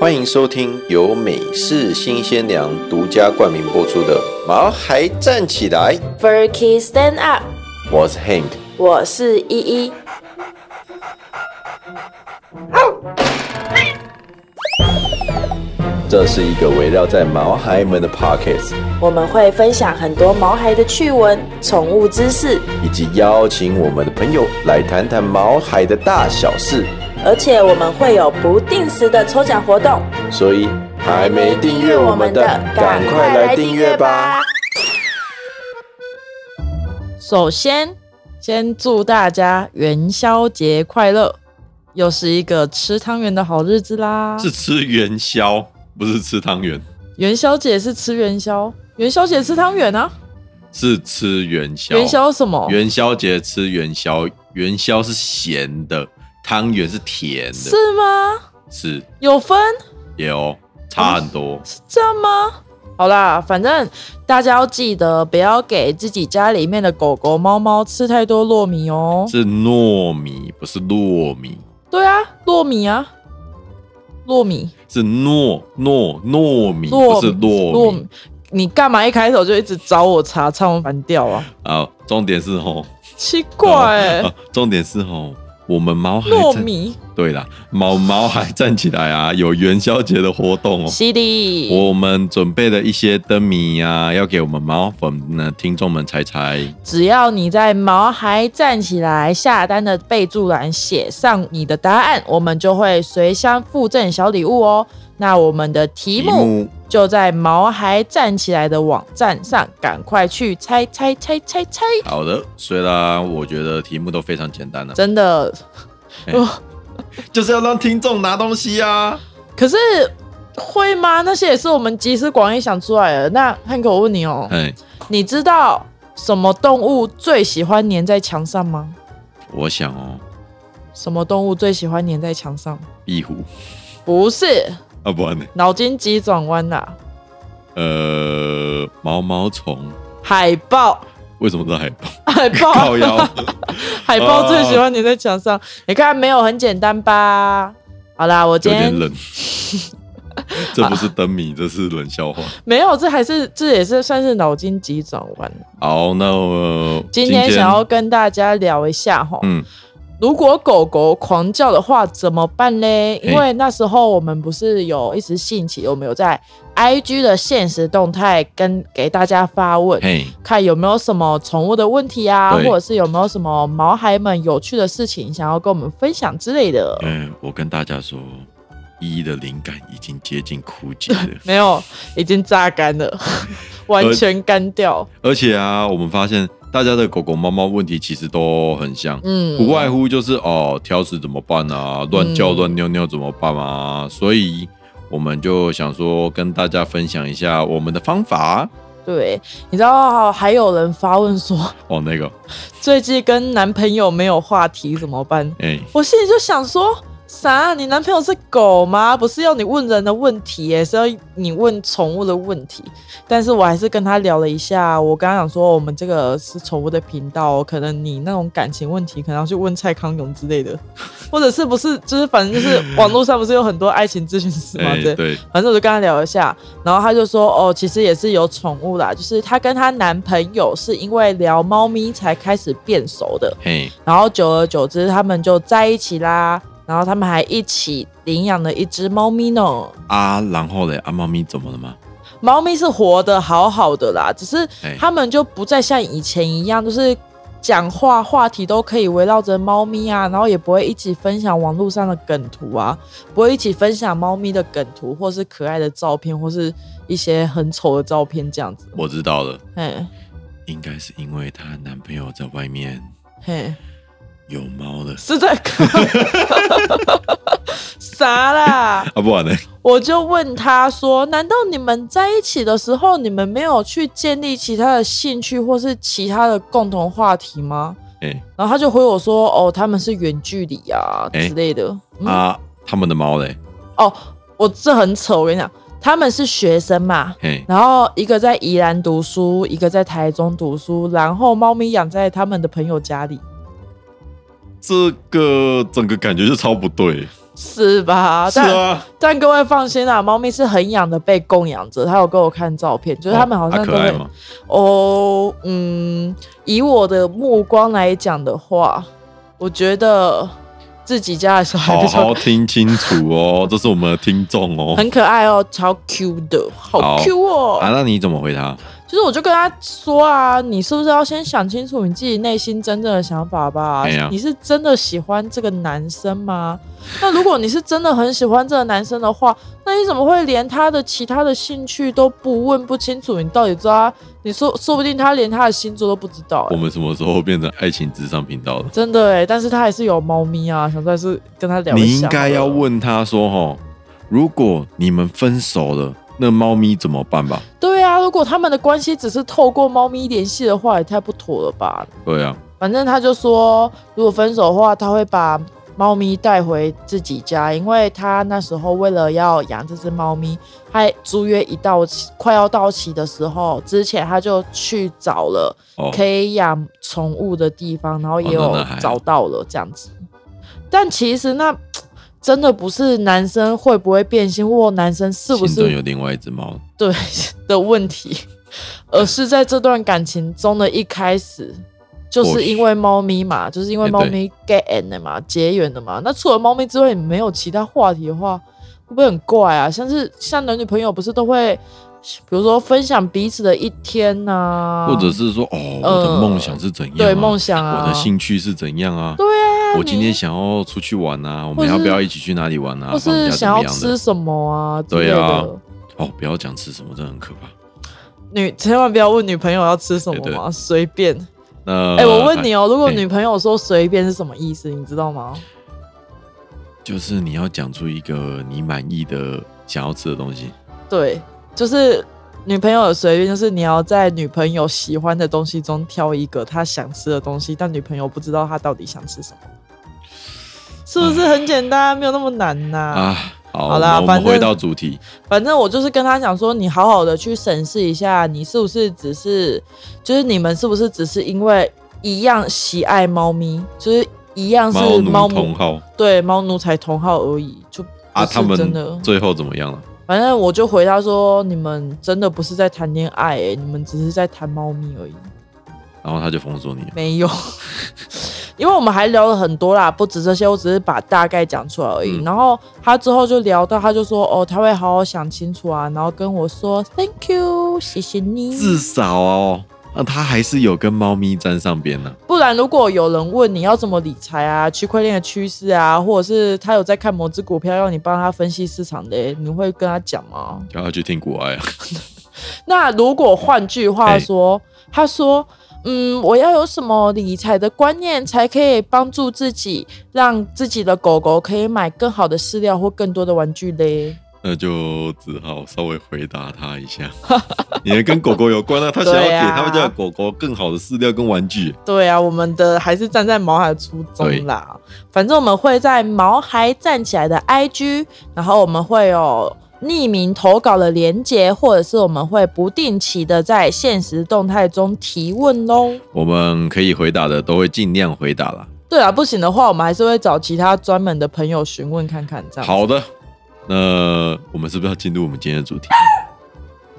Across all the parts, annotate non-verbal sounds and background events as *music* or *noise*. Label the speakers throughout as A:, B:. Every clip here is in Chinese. A: 欢迎收听由美式新鲜粮独家冠名播出的《毛孩站起来》，
B: Berkey Stand Up，
A: 我是 Hank。
B: 我是依依。
A: 这是一个围绕在毛孩们的 Pockets，
B: 我们会分享很多毛孩的趣闻、宠物知识，
A: 以及邀请我们的朋友来谈谈毛孩的大小事。
B: 而且我们会有不定时的抽奖活动。
A: 所以还没订阅我们的，赶快来订阅吧！！
B: 首先，先祝大家元宵节快乐，又是一个吃汤圆的好日子啦！
C: 是吃元宵，不是吃汤圆，
B: 元宵节是吃元宵，元宵节吃汤圆啊！
C: 是吃元宵。
B: 元宵什么？
C: 元宵节吃元宵，元宵是咸的，汤圆是甜的，
B: 是吗？
C: 是
B: 有分？
C: 有哦差很多。
B: 这样吗？好啦，反正大家要记得不要给自己家里面的狗狗、猫猫吃太多糯米哦。
C: 是糯米，不是糯米，
B: 对啊，糯米啊，糯米，
C: 是糯糯糯米，
B: 糯
C: 不是
B: 糯
C: 糯米。。
B: 你干嘛一开头就一直找我查唱我反
C: *laughs*
B: 调啊？
C: 啊，重点是吼，
B: 奇怪、
C: *laughs*
B: 欸，
C: 啊，重点是吼，我们毛孩
B: 糯
C: 站，
B: 米
C: 对啦，毛毛孩站起来啊，有元宵节的活动哦。
B: 犀利，
C: 我们准备了一些灯谜啊，要给我们毛粉的听众们猜猜。
B: 只要你在毛孩站起来下单的备注栏写上你的答案，我们就会随箱附赠小礼物哦。那我们的题目就在毛孩站起来的网站上，赶快去猜猜猜猜猜！
C: 好的，虽然我觉得题目都非常简单了、
B: 真的，
C: 哎
B: 哦
C: 就是要让听众拿东西啊。
B: 可是会吗？那些也是我们集思广益想出来的。那汉克，我问你
C: *laughs*
B: 哦，
C: 哎，
B: 你知道什么动物最喜欢粘在墙上吗？
C: 我想哦，
B: 什么动物最喜欢粘在墙上？
C: 壁虎
B: 不是，
C: 啊，不然呢？
B: 脑筋急转弯啊啦，
C: 呃，毛毛虫
B: 海豹，
C: 为什么
B: *laughs*
C: 是海豹？
B: 海豹
C: 靠，
B: *laughs*
C: 哦腰
B: 海豹最喜欢粘在墙上。你看没有，很简单吧？好啦，我
C: 有
B: 今天
C: 点冷。 *laughs* 这不是灯谜，这是冷笑话。
B: 没有，这还是这也是算是脑筋急转弯。
C: 好，那呃
B: 今天想要跟大家聊一下哈，
C: 嗯，
B: 如果狗狗狂叫的话怎么办嘞？
C: 嘿
B: 因为那时候我们不是有一时兴起，我们有在 IG 的现实动态跟给大家发问，
C: 嘿，
B: 看有没有什么宠物的问题啊，或
C: 对
B: 者是有没有什么毛孩们有趣的事情想要跟我们分享之类的。
C: 嗯，我跟大家说，一的灵感已经接近枯竭了
B: *laughs* 。没有，已经榨干
C: *laughs*
B: 了，完全干掉。
C: 而且啊，我们发现大家的狗狗、猫猫问题其实都很像，
B: 嗯，
C: 不外乎就是哦，挑食怎么办啊，乱叫
B: 嗯
C: 乱尿尿怎么办啊？所以我们就想说，跟大家分享一下我们的方法。
B: 对，你知道还有人发问说， *laughs*
C: 哦，那个，
B: 最近跟男朋友没有话题怎么办？
C: 哎、
B: 我心里就想说，啥？你男朋友是狗吗？不是要你问人的问题耶，是要你问宠物的问题。但是我还是跟他聊了一下，我刚刚讲说我们这个是宠物的频道，可能你那种感情问题，可能要去问蔡康永之类的， *laughs* 或者是不是？就是反正就是网络上不是有很多爱情咨询师吗？
C: 哎、
B: 对。
C: 对，
B: 反正我就跟他聊一下，然后他就说哦，其实也是有宠物啦，就是她跟她男朋友是因为聊猫咪才开始变熟的，
C: 嘿，
B: 然后久而久之他们就在一起啦，然后他们还一起领养了一只猫咪呢。
C: 啊，然后嘞，啊，猫咪怎么了吗？
B: 猫咪是活得好好的啦，只是
C: 哎
B: 他们就不再像以前一样，就是讲话话题都可以围绕着猫咪啊，然后也不会一起分享网络上的梗图啊，不会一起分享猫咪的梗图，或是可爱的照片，或是一些很丑的照片这样子。
C: 我知道了，
B: 嘿，
C: 应该是因为她男朋友在外面
B: 嘿，
C: 有猫了。
B: 是这个啥啦？
C: 啊，不然呢？
B: 我就问他说：“难道你们在一起的时候，你们没有去建立其他的兴趣或是其他的共同话题吗
C: 哎、？”
B: 然后他就回我说：“哦，他们是远距离啊
C: 哎
B: 之类的。嗯
C: 啊，他们的猫嘞，
B: 哦，我这很扯，我跟你讲，他们是学生嘛，
C: 嘿，
B: 然后一个在宜兰读书，一个在台中读书，然后猫咪养在他们的朋友家里。
C: 这个整个感觉就超不对。
B: 是吧？
C: 是
B: 但
C: 啊，
B: 但各位放心啦，啊猫咪是很养的被供养着，它有给我看照片，就是它们好像
C: 哦啊
B: 都
C: 可爱
B: 会
C: 吗？
B: 哦，嗯，以我的目光来讲的话，我觉得自己家的小孩
C: 好
B: 比较
C: 好听清楚哦，这是我们的听众
B: *laughs*
C: 哦。
B: 很可爱哦，超 Q 的，好
C: 好
B: Q 哦。
C: 啊，那你怎么回他？
B: 就是我就跟他说啊，你是不是要先想清楚你自己内心真正的想法吧
C: 哎呀？
B: 你是真的喜欢这个男生吗？那如果你是真的很喜欢这个男生的话，那你怎么会连他的其他的兴趣都不问不清楚？你到底知道他？你说说不定他连他的星座都不知道、哎
C: 我们什么时候变成爱情智商频道了？
B: 真的哎、但是他还是有猫咪啊，想说还是跟他聊一下。
C: 你应该要，问他说：“哦，如果你们分手了，那猫咪怎么办吧
B: 对啊，如果他们的关系只是透过猫咪联系的话，也太不妥了吧？？”
C: 对啊，
B: 反正他就说，如果分手的话，他会把猫咪带回自己家，因为他那时候为了要养这只猫咪，他租约一到期，快要到期的时候之前，他就去找了
C: 哦，
B: 可以养宠物的地方，然后也
C: 哦
B: 有
C: 那那还好
B: 找到了这样子。但其实那真的不是男生会不会变心，或男生是不
C: 心中有
B: 是
C: 另外一只猫，
B: 对的问题，而是在这段感情中的一开始，就是因为猫咪嘛，就是
C: 哎
B: 因为猫咪 get in 的嘛，结缘的嘛。那除了猫咪之外，你没有其他话题的话，会不会很怪啊？像是像男女朋友不是都会。比如说分享彼此的一天呐、
C: 或者是说：“哦，我的
B: 啊呃
C: 梦想是怎样、啊？
B: 对梦想啊，
C: 我的兴趣是怎样啊？”
B: 对啊，
C: 我今天
B: 你
C: 想要出去玩啊，我
B: 或
C: 们
B: 是
C: 要不要一起去哪里玩啊？
B: 或
C: 放
B: 是
C: 假
B: 想要
C: 怎么样
B: 吃
C: 的
B: 什么啊之类
C: 对啊
B: 的。
C: 哦，不要讲吃什么，真的很可怕。
B: 女千万不要问女朋友要吃什么
C: 对
B: 嘛，随便。
C: 那
B: 哎、我问你
C: 哎
B: 哦、如果
C: 嘿
B: 女朋友说随便是什么意思，你知道吗？
C: 就是你要讲出一个你满意的想要吃的东西，
B: 对，就是女朋友的随便，就是你要在女朋友喜欢的东西中挑一个她想吃的东西，但女朋友不知道她到底想吃什么，是不是很简单？没有那么难呐、
C: 啊，好，
B: 好啦
C: 那我们
B: 反正
C: 回到主题，
B: 反正我就是跟他讲说，你好好的去审视一下，你是不是只是，就是你们是不是只是因为一样喜爱猫咪，就是一样是
C: 猫
B: 猫
C: 奴同
B: 奴
C: 号
B: 对猫奴才同号而已，就不
C: 啊，
B: 是
C: 他们
B: 真的。
C: 最后怎么样了？
B: 反正我就回他说，你们真的不是在谈恋爱、欸，你们只是在谈猫咪而已，
C: 然后他就封锁你了，
B: 没有。 *laughs* 因为我们还聊了很多啦，不止这些，我只是把大概讲出来而已。
C: 嗯
B: 然后他之后就聊到，他就说：“哦，他会好好想清楚啊。”然后跟我说：“Thank you，谢谢
C: 至
B: 你。
C: 少哦，那他还是有跟猫咪沾上边呢、”
B: 不然如果有人问你要怎么理财啊、区块链的趋势啊，或者是他有在看某只股票，要你帮他分析市场的、你会跟他讲吗？
C: 叫他去听古爱啊， *laughs*
B: 那如果换句话说，他说：“嗯，我要有什么理财的观念，才可以帮助自己，让自己的狗狗可以买更好的饲料或更多的玩具嘞
C: 那就只好稍微回答他一
B: *laughs*
C: 下，也跟狗狗有关啊，他想要给
B: 对啊
C: 他们家的狗狗更好的饲料跟玩具。？”
B: 对啊，我们的还是站在毛孩的初衷啦。反正我们会在毛孩站起来的 IG，然后我们会有。匿名投稿的连接，或者是我们会不定期的在现实动态中提问哦喽。
C: 我们可以回答的都会尽量回答啦。
B: 对啊，不行的话，我们还是会找其他专门的朋友询问看看，这样子
C: 好的，那我们是不是要进入我们今天的主
B: *laughs*
C: 题？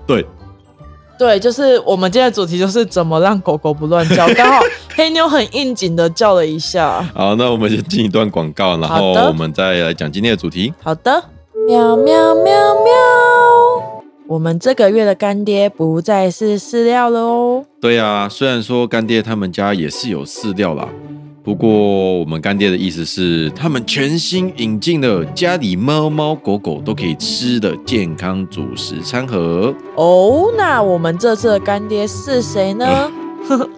C: 对，
B: 对，就是我们今天的主题就是怎么让狗狗不乱叫，刚好黑妞很应景的叫了一下。
C: 好，那我们先进一段广告，然后
B: 好的
C: 我们再来讲今天的主题。
B: 好的，喵喵喵喵。我们这个月的干爹不再是饲料了哦。
C: 对啊，虽然说干爹他们家也是有饲料啦，不过我们干爹的意思是，他们全新引进了家里猫猫狗狗都可以吃的健康主食餐盒。
B: 哦，那我们这次的干爹是谁呢？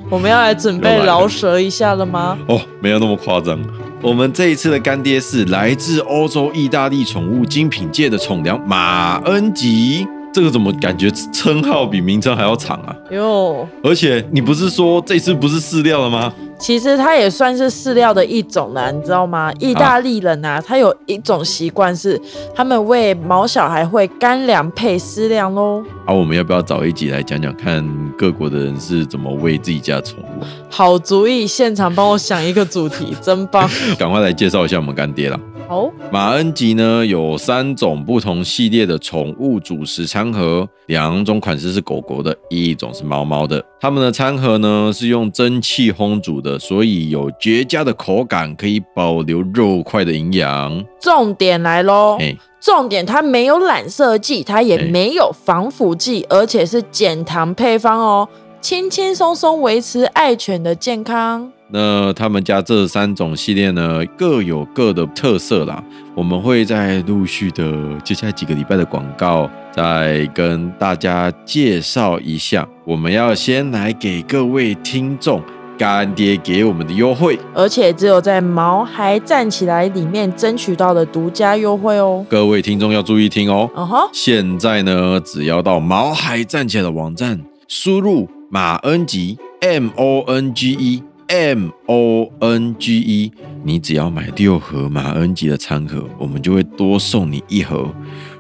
B: 我们要来准备饶舌一下了吗？
C: 哦，没有那么夸张。我们这一次的干爹是来自欧洲意大利宠物精品界的宠粮马恩吉。这个怎么感觉称号比名称还要长啊？
B: 哟，
C: 而且你不是说这次不是饲料了吗？
B: 其实它也算是饲料的一种啦，你知道吗？意大利人啊，他有一种习惯是，他们喂毛小孩会干粮配饲料喽。
C: 啊，我们要不要找一集来讲讲看各国的人是怎么喂自己家的宠物 *laughs* 啊？
B: 好主意，现场帮我想一个主题，真棒！
C: 赶快来介绍一下我们干爹啦！
B: 好哦，
C: 马恩吉呢有三种不同系列的宠物主食餐盒，两种款式是狗狗的，一种是猫猫的。它们的餐盒呢是用蒸汽烘煮的，所以有绝佳的口感，可以保留肉块的营养。
B: 重点来喽。
C: 哎、
B: 重点，它没有染色剂，它也
C: 哎
B: 没有防腐剂，而且是减糖配方哦，轻轻松松维持爱犬的健康。
C: 那他们家这三种系列呢各有各的特色啦，我们会在陆续的接下来几个礼拜的广告再跟大家介绍一下。我们要先来给各位听众干爹给我们的优惠。
B: 而且只有在毛孩站起来里面争取到的独家优惠哦。
C: 各位听众要注意听哦。
B: 嗯哼，
C: 现在呢，只要到毛孩站起来的网站，输入马恩吉 M O N G E M O N G E，你只要买六盒马恩吉的餐盒，我们就会多送你一盒。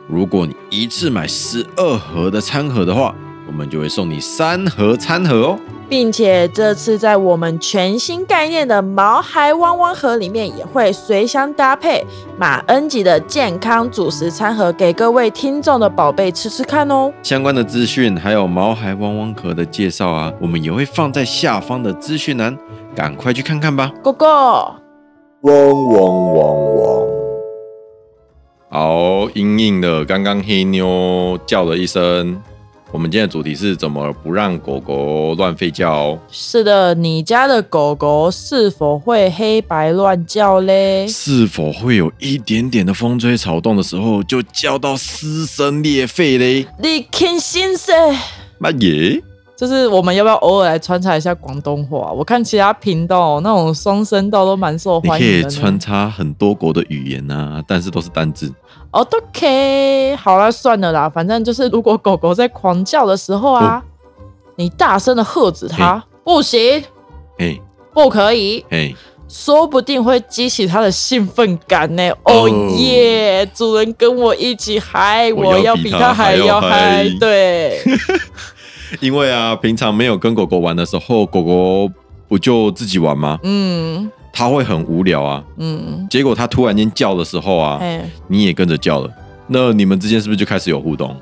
C: 如果你一次买十二盒的餐盒的话，我们就会送你三盒餐盒哦。
B: 并且这次在我们全新概念的毛孩汪汪盒里面，也会随箱搭配马恩吉的健康主食餐盒，给各位听众的宝贝吃吃看哦。
C: 相关的资讯还有毛孩汪汪壳的介绍啊，我们也会放在下方的资讯栏，赶快去看看吧。
B: 哥哥，
A: 嗡嗡嗡嗡，
C: 好，硬硬的，刚刚黑妞叫了一声。我们今天的主题是怎么不让狗狗乱吠叫哦？
B: 是的，你家的狗狗是否会黑白乱叫嘞？
C: 是否会有一点点的风吹草动的时候就叫到撕声裂肺嘞？
B: 你看先生，
C: 乜耶？
B: 就是我们要不要偶尔来穿插一下广东话？我看其他频道哦那种双声道都蛮受
C: 你
B: 欢
C: 可
B: 迎
C: 以
B: 的呢。
C: 穿插很多国的语言啊，但是都是单字。
B: 哦都 OK，好啦，算了啦，反正就是如果狗狗在狂叫的时候啊，你大声的喝止它，不行，
C: 嘿，
B: 不可以，
C: 嘿，
B: 说不定会激起它的兴奋感呢。哦耶！主人跟我一起嗨，
C: 我
B: 我
C: 要
B: 要
C: 比
B: 比
C: 它
B: 它
C: 还
B: 还
C: 要
B: 要
C: 嗨
B: 嗨。对，
C: 因为啊，平常没有跟狗狗玩的时候，狗狗不就自己玩吗？
B: 嗯
C: 它会很无聊啊。
B: *laughs* 嗯，
C: 结果它突然间叫的时候啊，
B: 哎，
C: 你也跟着叫了，那你们之间是不是就开始有互动？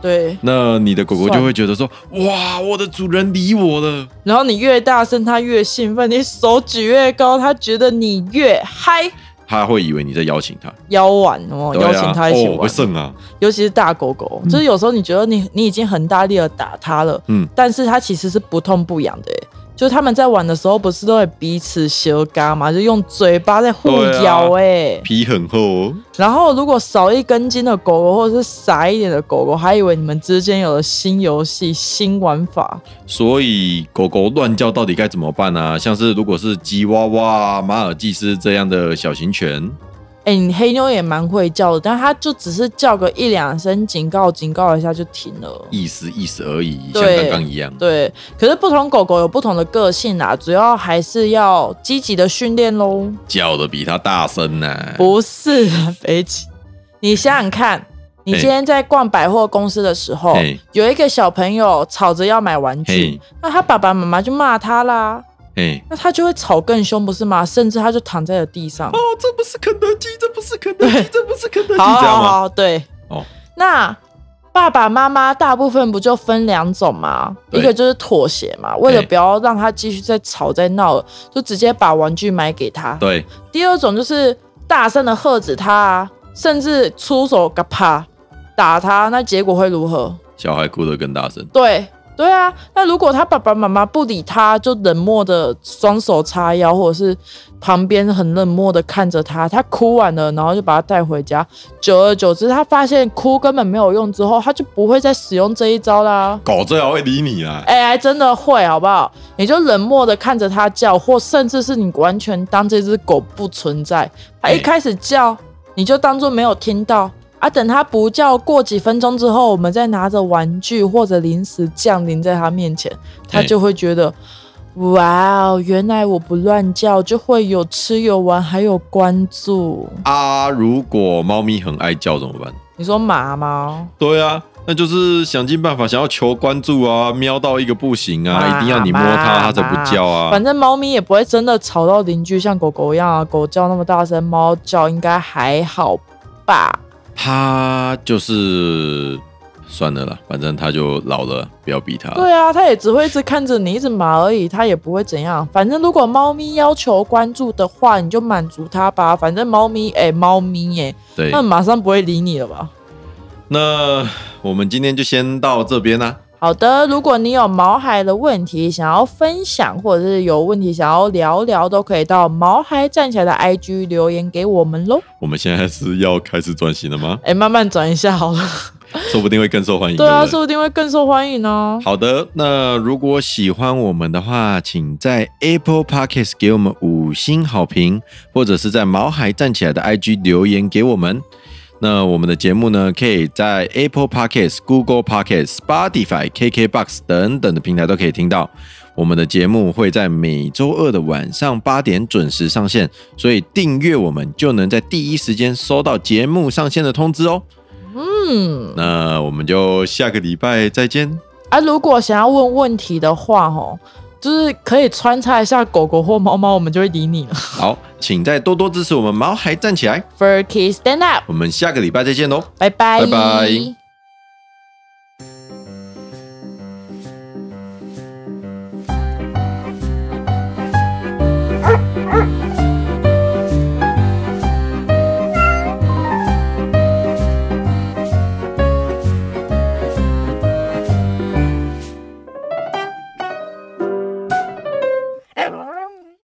B: 对。
C: 那你的狗狗
B: 算
C: 就会觉得说，哇，我的主人理我了。
B: 然后你越大声，它越兴奋；你手举越高，它觉得你越嗨。
C: 它会以为你在邀请它，
B: 邀玩哦，
C: 对
B: 邀请它一起
C: 啊、哦，会
B: 玩，
C: 剩啊，
B: 尤其是大狗狗，就是有时候你觉得你你已经很大力的打它了，
C: 嗯
B: 但是它其实是不痛不痒的耶。就是他们在玩的时候，不是都会彼此修嘎嘛，就用嘴巴在互
C: 对啊
B: 咬哎、
C: 皮很厚哦。
B: 然后如果少一根筋的狗狗，或者是傻一点的狗狗，还以为你们之间有了新游戏、新玩法。
C: 所以狗狗乱叫到底该怎么办啊？像是如果是吉娃娃、马尔济斯这样的小型犬，
B: 哎、你黑妞也蛮会叫的，但它就只是叫个一两声，警告警告一下就停了。
C: 意思意思而已，像
B: 对
C: 刚刚一样。
B: 对，可是不同狗狗有不同的个性啦，主要还是要积极的训练喽。
C: 叫的比它大声呢、
B: 不是啊，北极，你想想看，你
C: 嘿
B: 今天在逛百货公司的时候
C: 嘿，
B: 有一个小朋友吵着要买玩具
C: 嘿，
B: 那他爸爸妈妈就骂他啦，
C: 哎，
B: 那他就会吵更凶，不是吗？甚至他就躺在了地上
C: 哦。，这不是肯德基，这不是肯德基，这 *laughs* 不是肯德基，这
B: 好
C: 样
B: 好
C: 吗？
B: 好，对，
C: 哦
B: 那爸爸妈妈大部分不就分两种吗？
C: 对
B: 一个就是妥协嘛，为了不要让他继续再吵再闹了，就直接把玩具买给他。
C: 对，
B: 第二种就是大声的喝止他啊，甚至出手嘎啪打他，那结果会如何？
C: 小孩哭得更大声。
B: 对。对啊，那如果他爸爸妈妈不理他，就冷漠的双手叉腰，或者是旁边很冷漠的看着他，他哭完了，然后就把他带回家。久而久之，他发现哭根本没有用之后，他就不会再使用这一招啦。
C: 狗最好会理你啊啦。
B: 哎、还真的会好不好？你就冷漠的看着它叫，或甚至是你完全当这只狗不存在。它一
C: 哎
B: 开始叫，你就当做没有听到啊。等它不叫，过几分钟之后，我们再拿着玩具或者零食降临在它面前，它
C: 哎
B: 就会觉得。哇哦！原来我不乱叫就会有吃有玩，还有关注。
C: 啊，如果猫咪很爱叫怎么办？
B: 你说麻吗？
C: 对啊，那就是想尽办法想要求关注啊，喵到一个不行啊，
B: 妈
C: 一定要你摸它，它才不叫啊
B: 反。正猫咪也不会真的吵到邻居，像狗狗一样啊。狗叫那么大声，猫叫应该还好吧？
C: 它就是算了啦，反正它就老了，不要逼它。
B: 对啊，它也只会一直看着你，一直麻而已，它也不会怎样。反正如果猫咪要求关注的话，你就满足它吧。反正猫咪，哎、猫咪、哎，
C: 对
B: 那马上不会理你了吧？
C: 那我们今天就先到这边啊啦、
B: 好的，如果你有毛孩的问题想要分享，或者是有问题想要聊聊，都可以到毛孩站起来的 IG 留言给我们喽。
C: 我们现在是要开始转型了吗？
B: 哎、慢慢转一下好了。
C: 说不定会更受欢迎。
B: 对啊，
C: 不
B: 说不定会更受欢迎哦呢、
C: 好的，那如果喜欢我们的话，请在 Apple Podcast 给我们五星好评，或者是在毛孩站起来的 IG 留言给我们。那我们的节目呢，可以在 Apple Podcast、Google Podcast、Spotify、KKBox 等等的平台都可以听到。我们的节目会在每周二的晚上八点准时上线，所以订阅我们就能在第一时间收到节目上线的通知哦。
B: 嗯，
C: 那我们就下个礼拜再见。
B: 啊，如果想要问问题的话，吼，就是可以穿插一下狗狗或猫猫，我们就会理你了。
C: 好，请再多多支持我们毛孩站起来，
B: Furky stand up，
C: 我们下个礼拜再见喽。
B: 拜拜，
C: 拜拜